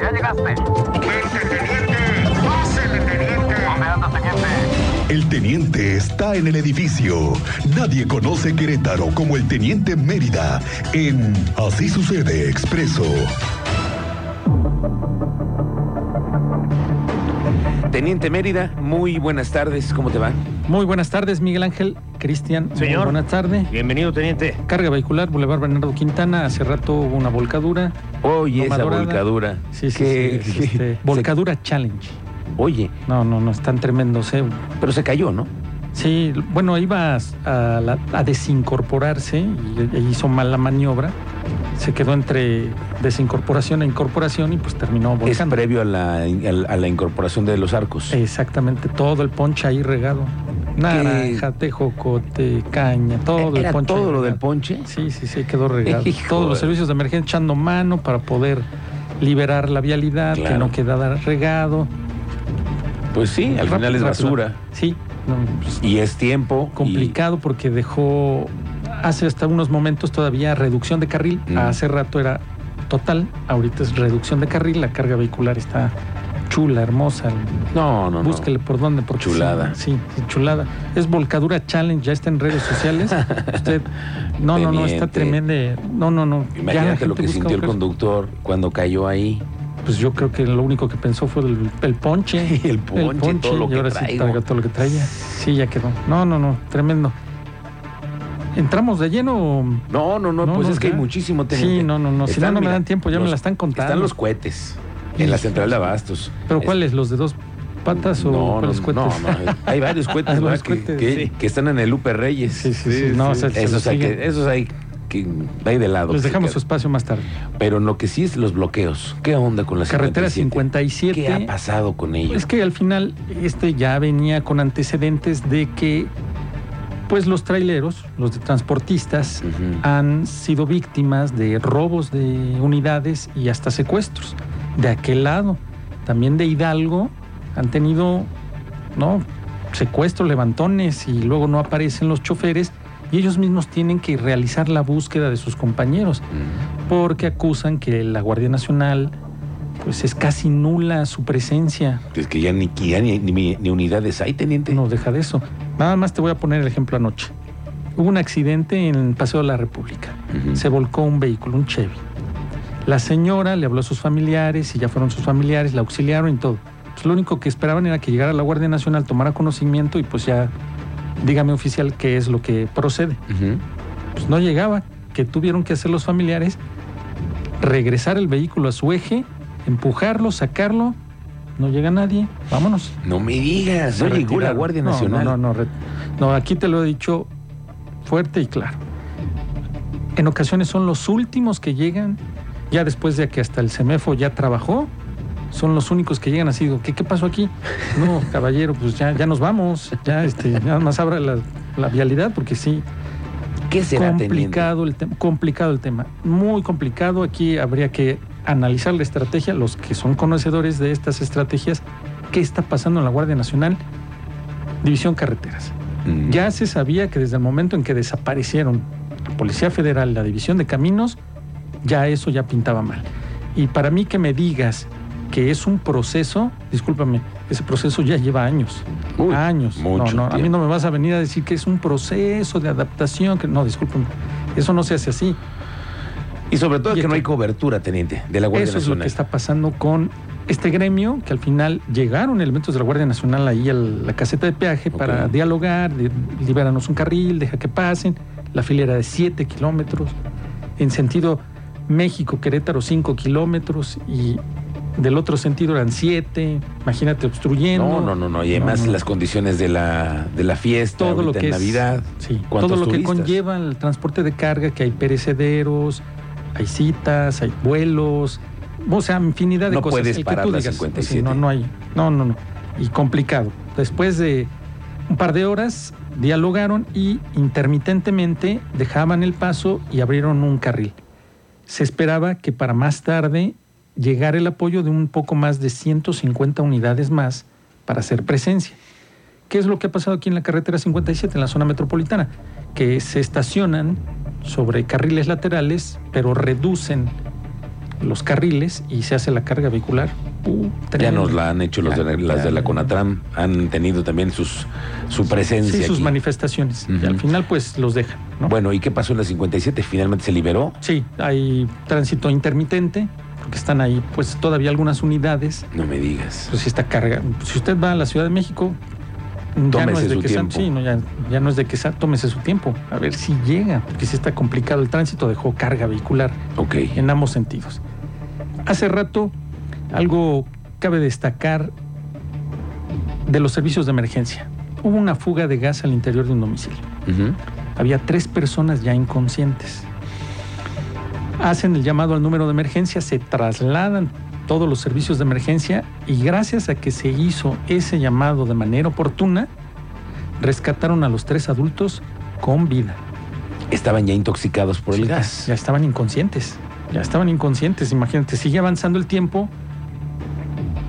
ya llegaste. ¡Vente, teniente! ¡Pásele, teniente! ¿Dónde anda, teniente? El teniente está en el edificio. Nadie conoce Querétaro como el teniente Mérida en Así sucede expreso. Teniente Mérida, muy buenas tardes, ¿cómo te va? Muy buenas tardes, Miguel Ángel, Cristian. muy Señor. Buenas tardes. Bienvenido, teniente. Carga vehicular, Boulevard Bernardo Quintana. Hace rato hubo una volcadura. Oye, esa Domadorada. volcadura. Sí, sí, Que- sí, es, este, se- volcadura Challenge. Oye, No, no, no, están tremendos. ¿eh? pero se cayó, ¿no? Sí, bueno, iba a, a la- a desincorporarse y, e hizo mal la maniobra. Se quedó entre desincorporación e incorporación y pues terminó Es volcando. previo a la, al- a la incorporación de los arcos. Exactamente, todo el ponche ahí regado. Naranja, tejocote, caña, todo ¿Era el ponche. ahí todo lo del regado. ponche? Sí, sí, sí, quedó regado. Híjole. Todos los servicios de emergencia echando mano para poder liberar la vialidad, Claro. que no quedara regado. Pues sí, al Rápido, final es rápido. basura. Sí, no, pues, Y es tiempo. y- complicado porque dejó, hace hasta unos momentos todavía reducción de carril, Mm. hace rato era total, ahorita es reducción de carril, la carga vehicular está chula, hermosa, No, no, no. Búsquele por dónde, porque Chulada. Sí, sí, chulada. Es Volcadura Challenge, ya está en redes sociales. Usted, no, no, no, está Teniente. tremendo. No, no, no. Ya la Imagínate gente lo que busca sintió el buscar- conductor cuando cayó ahí. Pues yo creo que lo único que pensó fue el, el ponche. El ponche, todo lo y que ahora sí traigo. traiga todo lo que traía. Sí, ya quedó. No, no, no, tremendo. ¿Entramos de lleno? No, no, no, No, pues no, es que hay ya. muchísimo teniente. Sí, no, no, no. Si no, Están, no me mira, dan tiempo, ya me los- la están contando. Están los cohetes en la central de abastos. ¿Pero Es- cuáles? ¿Los de dos patas o no, cuáles no, cohetes? no, no, hay varios cohetes, Hay ¿verdad? varios que, cohetes, que- sí. que están en el Lupe Reyes. Sí, sí, sí, no, o sea, se esos, los hay que, siguen. esos hay que hay de lado. Les que se dejamos su quedan. espacio más tarde. Pero en lo que sí es los bloqueos. ¿Qué onda con la Carretera 57? 57. ¿Qué ha pasado con ellos? Es que al final este ya venía con antecedentes de que pues los traileros, los de transportistas Ujú. han sido víctimas de robos de unidades y hasta secuestros de aquel lado, también de Hidalgo han tenido no secuestros, levantones y luego no aparecen los choferes y ellos mismos tienen que realizar la búsqueda de sus compañeros Mm. porque acusan que la Guardia Nacional pues es casi nula su presencia. Es que ya ni, ya ni, ni- ni unidades hay, teniente. No deja de eso. Nada más te voy a poner el ejemplo anoche. Hubo un accidente en el Paseo de la República. Ujú. Se volcó un vehículo, un Chevy. La señora le habló a sus familiares y ya fueron sus familiares, la auxiliaron y todo. Pues lo único que esperaban era que llegara la Guardia Nacional, tomara conocimiento y pues ya dígame oficial qué es lo que procede. Ujú. pues no llegaba, que tuvieron que hacer los familiares, regresar el vehículo a su eje, empujarlo, sacarlo, no llega nadie, vámonos. No me digas, Se no llegó la retiraron. Guardia No, Nacional. No, no, no, re- no, aquí te lo he dicho fuerte y claro. En ocasiones son los últimos que llegan, ya después de que hasta el CEMEFO ya trabajó, son los únicos que llegan así, digo, ¿qué, qué pasó aquí? No, caballero, pues ya, ya nos vamos, ya este, nada más abra la- la vialidad, porque sí, ¿Qué será, teniente? complicado el tema, complicado el tema, muy complicado. Aquí habría que analizar la estrategia, los que son conocedores de estas estrategias, qué está pasando en la Guardia Nacional, División Carreteras. Mm. Ya se sabía que desde el momento en que desaparecieron la Policía Federal, la División de Caminos, ya eso ya pintaba mal. Y para mí que me digas que es un proceso, discúlpame, ese proceso ya lleva años. Uy, años. mucho no, no, a mí tiempo. no me vas a venir a decir que es un proceso de adaptación, que no, discúlpame. Eso no se hace así. Y sobre todo Y que no esto- hay cobertura, teniente, de la Guardia Eso es lo Nacional. que está pasando con este gremio, que al final llegaron elementos de la Guardia Nacional ahí a la caseta de peaje Ok. para dialogar, de, libéranos un carril, deja que pasen, la filera de 7 kilómetros, en sentido México-Querétaro 5 kilómetros y del otro sentido eran 7, imagínate obstruyendo. No, no, no, no. Y además no. las condiciones de la, de la fiesta, Todo lo ahorita que en es- Navidad. Sí, ¿Cuántos todo lo que turistas? conlleva el transporte de carga, que hay perecederos, hay citas, hay vuelos, o sea, infinidad de No cosas. puedes El que parar tú la digas, pues, 57. sí, no, no hay. No, no, no. Y complicado. Después de un par de horas dialogaron y intermitentemente dejaban el paso y abrieron un carril. Se esperaba que para más tarde llegara el apoyo de un poco más de 150 unidades más para hacer presencia. ¿Qué es lo que ha pasado aquí en la carretera 57, en la zona metropolitana? Que se estacionan sobre carriles laterales, pero reducen los carriles y se hace la carga vehicular. Uh, Ya tremendo. nos la han hecho los Ya, de la- las ya. de la Conatram. Han tenido también sus, su presencia. Sí, sus aquí. manifestaciones. Y al Ujú. final, pues los dejan. ¿no? Bueno, ¿y qué pasó en la 57? ¿Finalmente se liberó? Sí, hay tránsito intermitente, porque están ahí, pues todavía algunas unidades. No me digas. Pues sí está carga. Si usted va a la Ciudad de México, ya no Tómese es de su que sea, tiempo. sí, no, ya, ya no es de que sea, tómese su tiempo, a ver si llega, porque sí está complicado el tránsito, dejó carga vehicular Ok. en ambos sentidos. Hace rato, algo cabe destacar de los servicios de emergencia. Hubo una fuga de gas al interior de un domicilio. Ujú. Había tres personas ya inconscientes. Hacen el llamado al número de emergencia, se trasladan todos los servicios de emergencia y gracias a que se hizo ese llamado de manera oportuna, rescataron a los tres adultos con vida. Estaban ya intoxicados por el Sí, gas. Ya estaban inconscientes. Ya estaban inconscientes. Imagínate, sigue avanzando el tiempo.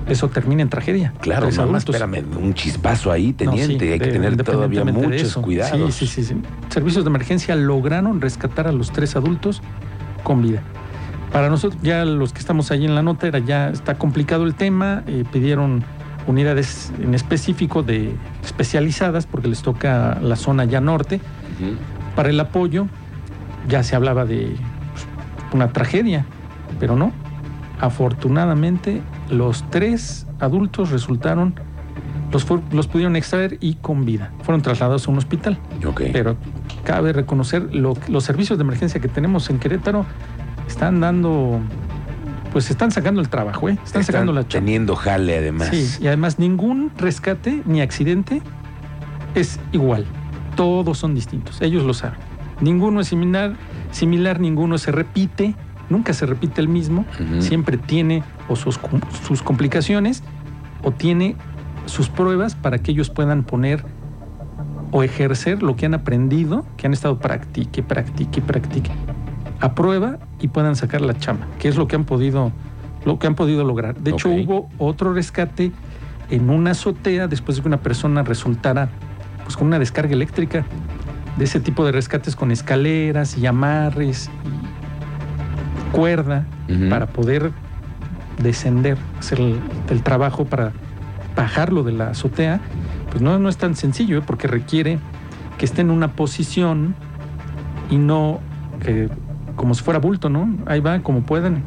Eso termina en tragedia. Claro, Tres nada más, adultos. espérame, un chispazo ahí, No, sí, teniente. Hay que de- tener todavía independientemente de muchos eso. cuidados. Sí, sí, sí, sí. Servicios de emergencia lograron rescatar a los tres adultos con vida. Para nosotros, ya los que estamos ahí en la nota, era ya está complicado el tema. eh, pidieron unidades en específico de especializadas porque les toca la zona ya norte Ujú. para el apoyo. Ya se hablaba de pues, una tragedia, pero no. Afortunadamente, los tres adultos resultaron, los, fu- los pudieron extraer y con vida. Fueron trasladados a un hospital, Ok. pero cabe reconocer lo- los servicios de emergencia que tenemos en Querétaro están dando, pues están sacando el trabajo, ¿eh? están, sacando la chamba. teniendo jale además. Sí, y además ningún rescate ni accidente es igual. Todos son distintos, ellos lo saben. Ninguno es similar, similar, ninguno se repite, nunca se repite el mismo, Ujú. siempre tiene o sus, com- sus complicaciones o tiene sus pruebas para que ellos puedan poner o ejercer lo que han aprendido, que han estado practique, practique, practique, a prueba y puedan sacar la chamba, que es lo que han podido, lo que han podido lograr. De hecho, Ok. hubo otro rescate en una azotea después de que una persona resultara pues, con una descarga eléctrica de ese tipo de rescates con escaleras y amarres y cuerda Ujú. para poder descender, hacer el, el trabajo para bajarlo de la azotea, pues no, no es tan sencillo, ¿eh? porque requiere que esté en una posición y no eh, como si fuera bulto, ¿no? Ahí va, como puedan.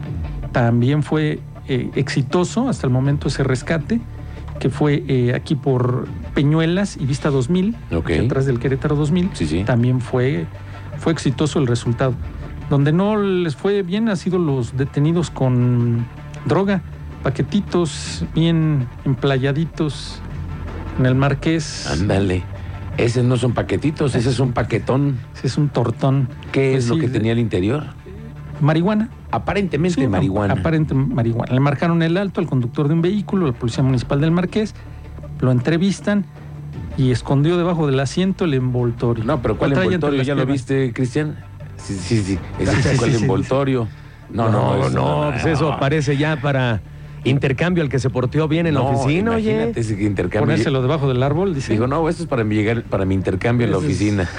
También fue eh, exitoso hasta el momento ese rescate, que fue eh, aquí por Peñuelas y Vista 2000, Ok. hacia atrás del Querétaro 2000 Sí, sí. también fue, fue exitoso el resultado. Donde no les fue bien ha sido los detenidos con droga, paquetitos bien emplayaditos en el Marqués. Ándale. Esos no son paquetitos, ese es un paquetón. Ese Es un tortón. ¿Qué Pues es lo sí, que de- tenía al interior? Marihuana. Aparentemente Sí, marihuana. Aparente marihuana. Le marcaron el alto al conductor de un vehículo, la Policía Municipal del Marqués, lo entrevistan y escondió debajo del asiento el envoltorio. no, pero ¿cuál Lo traía entre envoltorio? las ¿Ya lo piernas. viste, Cristian? Sí, sí, sí. Ese Sí, es sí, ¿Cuál sí, sí. envoltorio? No, no, no, eso no, pues eso no. parece ya para intercambio al que se porteó bien en la No, oficina, oye. imagínate ese intercambio. Ponérselo debajo del árbol, dice. Digo, no, esto es para mi, llegar, para mi intercambio en la Ese es- oficina.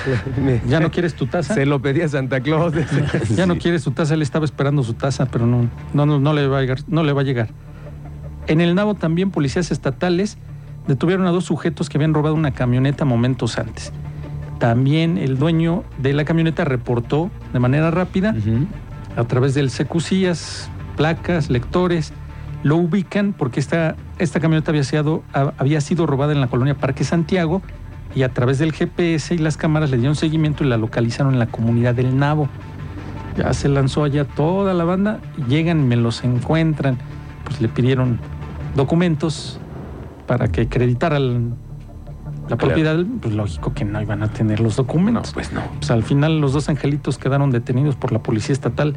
Me- ¿Ya no quieres tu taza? Se lo pedí a Santa Claus. Ya no Sí. quiere su taza, él estaba esperando su taza, pero no, no, no, no le va a llegar, no le va a llegar. En el Nabo también policías estatales detuvieron a dos sujetos que habían robado una camioneta momentos antes. También el dueño de la camioneta reportó de manera rápida Ujú. a través del secucías, placas, lectores. Lo ubican porque esta, esta camioneta había sido, ha- había sido robada en la colonia Parque Santiago y a través del GPS y las cámaras le dieron seguimiento y la localizaron en la comunidad del Nabo. Ya se lanzó allá toda la banda, llegan, me los encuentran, pues le pidieron documentos para que acreditara el- Claro. la propiedad, pues lógico que no iban a tener los No, documentos. pues no. Pues al final los dos angelitos quedaron detenidos por la policía estatal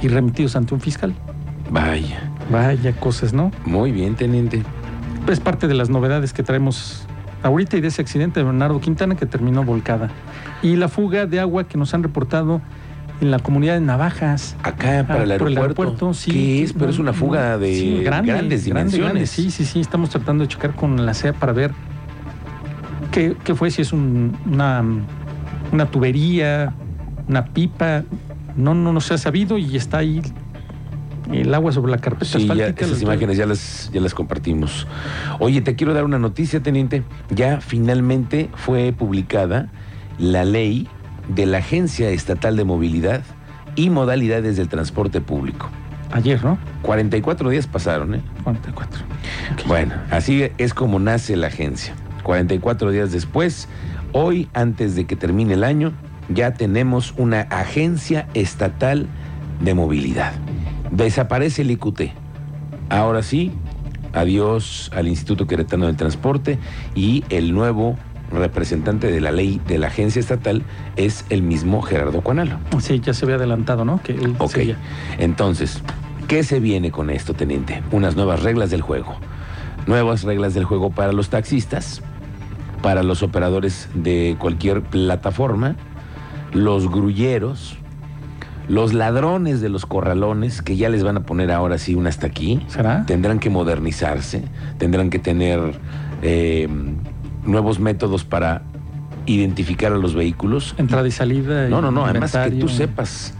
y remitidos ante un fiscal. Vaya. Vaya cosas, ¿no? Muy bien, teniente. Es parte de las novedades que traemos ahorita y de ese accidente de Bernardo Quintana que terminó volcada. Y la fuga de agua que nos han reportado en la comunidad de Navajas. Acá para el Ah, por aeropuerto. sí. ¿Qué es? Pero es una No, fuga de sí, grandes grande, grande, dimensiones. grande. Sí, sí, sí. Estamos tratando de checar con la CEA para ver qué, qué fue, si es un- una, una tubería, una pipa. No, no, no se ha sabido y está ahí el agua sobre la carpeta Sí, ya, asfáltica, esas la- imágenes ya las, ya las compartimos. Oye, te quiero dar una noticia, teniente. Ya finalmente fue publicada la ley de la Agencia Estatal de Movilidad y Modalidades del Transporte Público. Ayer, ¿no? 44 días pasaron, ¿eh? 44. Bueno, así es como nace la agencia. 44 días después, hoy, antes de que termine el año, ya tenemos una agencia estatal de movilidad. Desaparece el IQT. Ahora sí, adiós al Instituto Queretano del Transporte y el nuevo representante de la ley de la agencia estatal es el mismo Gerardo Cuanalo. Sí, ya se había adelantado, ¿no? Que él Ok. sería. Entonces, ¿qué se viene con esto, teniente? Unas nuevas reglas del juego. Nuevas reglas del juego para los taxistas, para los operadores de cualquier plataforma, los grulleros, los ladrones de los corralones, que ya les van a poner ahora sí una hasta aquí. ¿Será? Tendrán que modernizarse, tendrán que tener eh, nuevos métodos para identificar a los vehículos Entrada y salida. y no, no, no. Además que inventario. tú sepas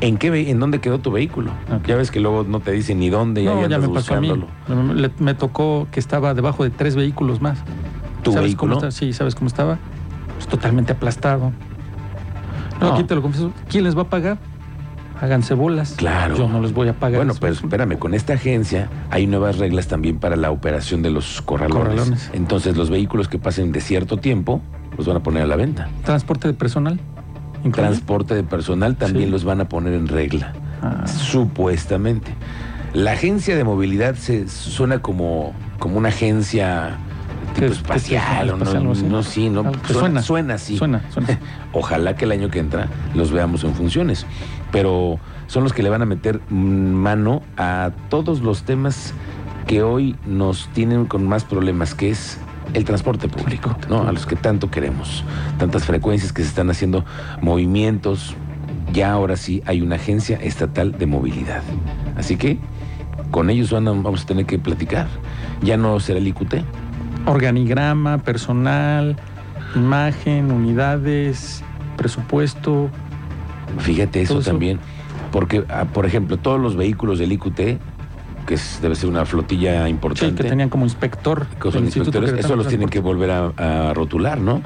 en qué ve- en dónde quedó tu vehículo. Ok. Ya ves que luego no te dicen ni dónde y ahí No, ya andas me pasó a mí. buscándolo. Me- le- me tocó que estaba debajo de tres vehículos más. Tu ¿Sabes vehículo. Cómo está? Sí, ¿sabes cómo estaba? Pues totalmente aplastado. No, No. aquí te lo confieso. ¿Quién les va a pagar? Háganse bolas. Claro. Yo no les voy a pagar. Bueno, eso. pero espérame, con esta agencia hay nuevas reglas también para la operación de los corralones. Corralones. Entonces, los vehículos que pasen de cierto tiempo los van a poner a la venta. Transporte de personal. incluye? Transporte de personal también Sí. los van a poner en regla, Ah, supuestamente. La agencia de movilidad se suena como, como una agencia tipo Que- que espacial, sea o no, espacial, no sé. no, sí, no, Algo que suena, suena. suena así. Suena, suena. Ojalá que el año que entra los veamos en funciones. Pero son los que le van a meter mm, mano a todos los temas que hoy nos tienen con más problemas, que es el transporte público, ¿no? A los que tanto queremos. Tantas frecuencias que se están haciendo, movimientos. Ya ahora sí hay una agencia estatal de movilidad. Así que con ellos van a- vamos a tener que platicar. Ya no será el IQT, Organigrama, personal, imagen, unidades, presupuesto. Fíjate eso, Todo eso. también. Porque, ah, por ejemplo, todos los vehículos del IQT, que es- debe ser una flotilla Sí, importante, que tenían como inspector. que son del Instituto inspectores, eso Queretano los de tienen que Transporte. volver a, a rotular, ¿no?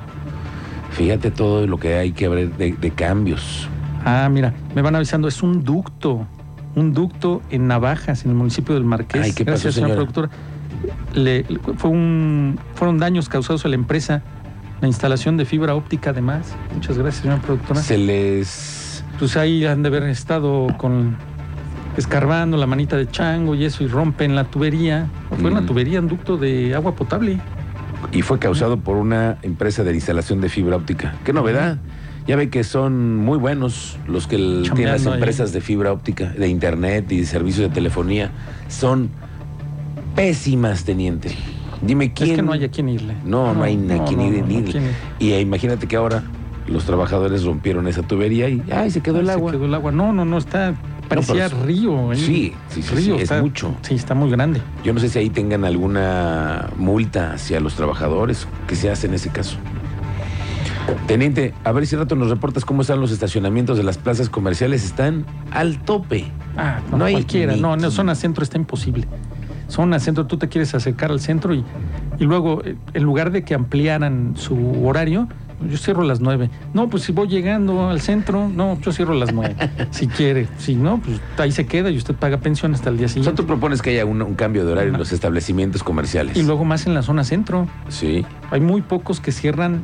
Fíjate todo lo que hay que haber de, de cambios. Ah, mira, me van avisando, es un ducto, un ducto en Navajas, en el municipio del Marqués. Ay, ¿qué pasó, Gracias, señora señora? productora. Le- le- fue un, fueron daños causados a la empresa, la instalación de fibra óptica además. Muchas gracias, señora productora. Se les. Pues ahí han de haber estado con escarbando la manita de chango y eso y rompen la tubería. Fue Mm. una tubería, un ducto de agua potable. Y fue causado por una empresa de instalación de fibra óptica. ¡Qué novedad! Ya ve que son muy buenos los que l- tienen las Chambeando ahí. empresas de fibra óptica, de internet y servicios de telefonía. Son pésimas, teniente. Dime quién. Es que no hay a quién irle. No, no hay ni a no, quién no, ir. no, no, ni ir. quién ir. y eh, imagínate que ahora los trabajadores rompieron esa tubería y ¡ay! se quedó el Ah, Se agua. quedó el agua. No, no, no, está. Parecía pero es- río. ¿eh? Sí, sí, sí, sí, es está- mucho. Sí, está muy grande. Yo no sé si ahí tengan alguna multa hacia los trabajadores que se hace en ese caso. Teniente, a ver si rato nos reportas cómo están los estacionamientos de las plazas comerciales. Están al tope. Ah, no, No hay cualquiera. ni- No, no, zona centro está imposible. Zona centro, tú te quieres acercar al centro y, y luego, eh, en lugar de que ampliaran su horario, yo cierro a las nueve. No, pues si voy llegando al centro, no, yo cierro a las nueve. si quiere. Si no, pues ahí se queda y usted paga pensión hasta el día O sea, siguiente. tú propones que haya un, un cambio de horario en No. los establecimientos comerciales. Y luego más en la zona centro. Sí. Hay muy pocos que cierran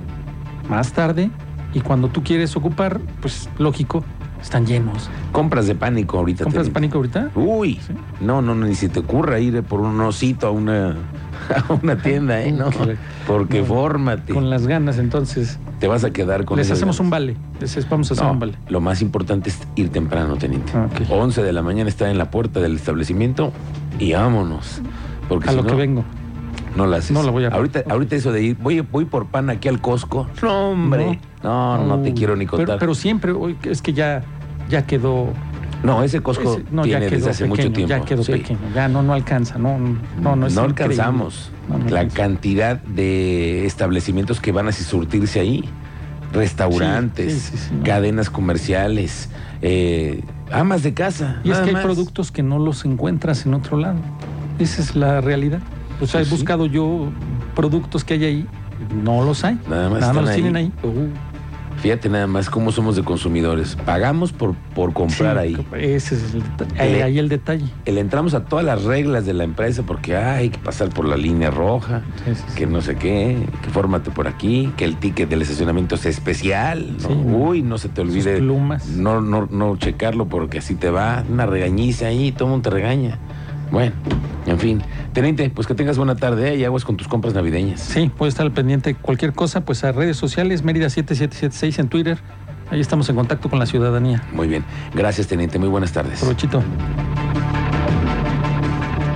más tarde y cuando tú quieres ocupar, pues lógico, están llenos. Compras de pánico ahorita. ¿Compras teniente. pánico ahorita? Uy, Sí. no, no, no, ni se te ocurra ir por un osito a una, a una tienda, ¿eh? No, Híjole. porque No. fórmate. Con las ganas, entonces. Te vas a quedar con Les esas hacemos un ganas. vale. Les vamos a hacer No, un vale. Lo más importante es ir temprano, teniente. Ah, ok. 11 de la mañana está en la puerta del establecimiento y vámonos. Porque A si lo no, que vengo. no la haces. No la voy a- Ahorita, Ok. ahorita eso de ir, voy, voy por pan aquí al Costco. No, hombre. No, no, te Uy, quiero ni pero- contar. Pero, siempre, uy, es que ya, ya quedó. no, ese Costco ese- no, ya tiene quedó desde hace mucho pequeño, tiempo. Ya quedó Sí. pequeño. Ya no, no alcanza. No, no, no es increíble. alcanzamos No, no la alcanza. cantidad de establecimientos que van a surtirse ahí. Restaurantes, Sí, sí, sí, sí, no. cadenas comerciales, eh, amas de casa. Y es nada que hay más. productos que no los encuentras en otro lado. Esa es la realidad. Pues Pues he sí. buscado yo productos que hay ahí, no los hay. Nada más están los ahí. tienen ahí. Fíjate nada más cómo somos de consumidores. Pagamos por, por comprar Sí, ahí. Ese es el deta- ahí- Le- ahí el detalle. Le entramos a todas las reglas de la empresa porque ah, hay que pasar por la línea roja, Sí, sí, sí. que no sé qué, que fórmate por aquí, que el ticket del estacionamiento es especial. ¿no? Sí, no. Uy, no se te Sus olvide. plumas. No, no, no checarlo porque así te va. Una regañiza ahí, todo el mundo te regaña. Bueno, en fin. Teniente, pues que tengas buena tarde ¿eh? y aguas con tus compras navideñas. Sí, puede estar al pendiente de cualquier cosa, pues a redes sociales, Mérida 7776 en Twitter. Ahí estamos en contacto con la ciudadanía. Muy bien. Gracias, Teniente. Muy buenas tardes. Provechito.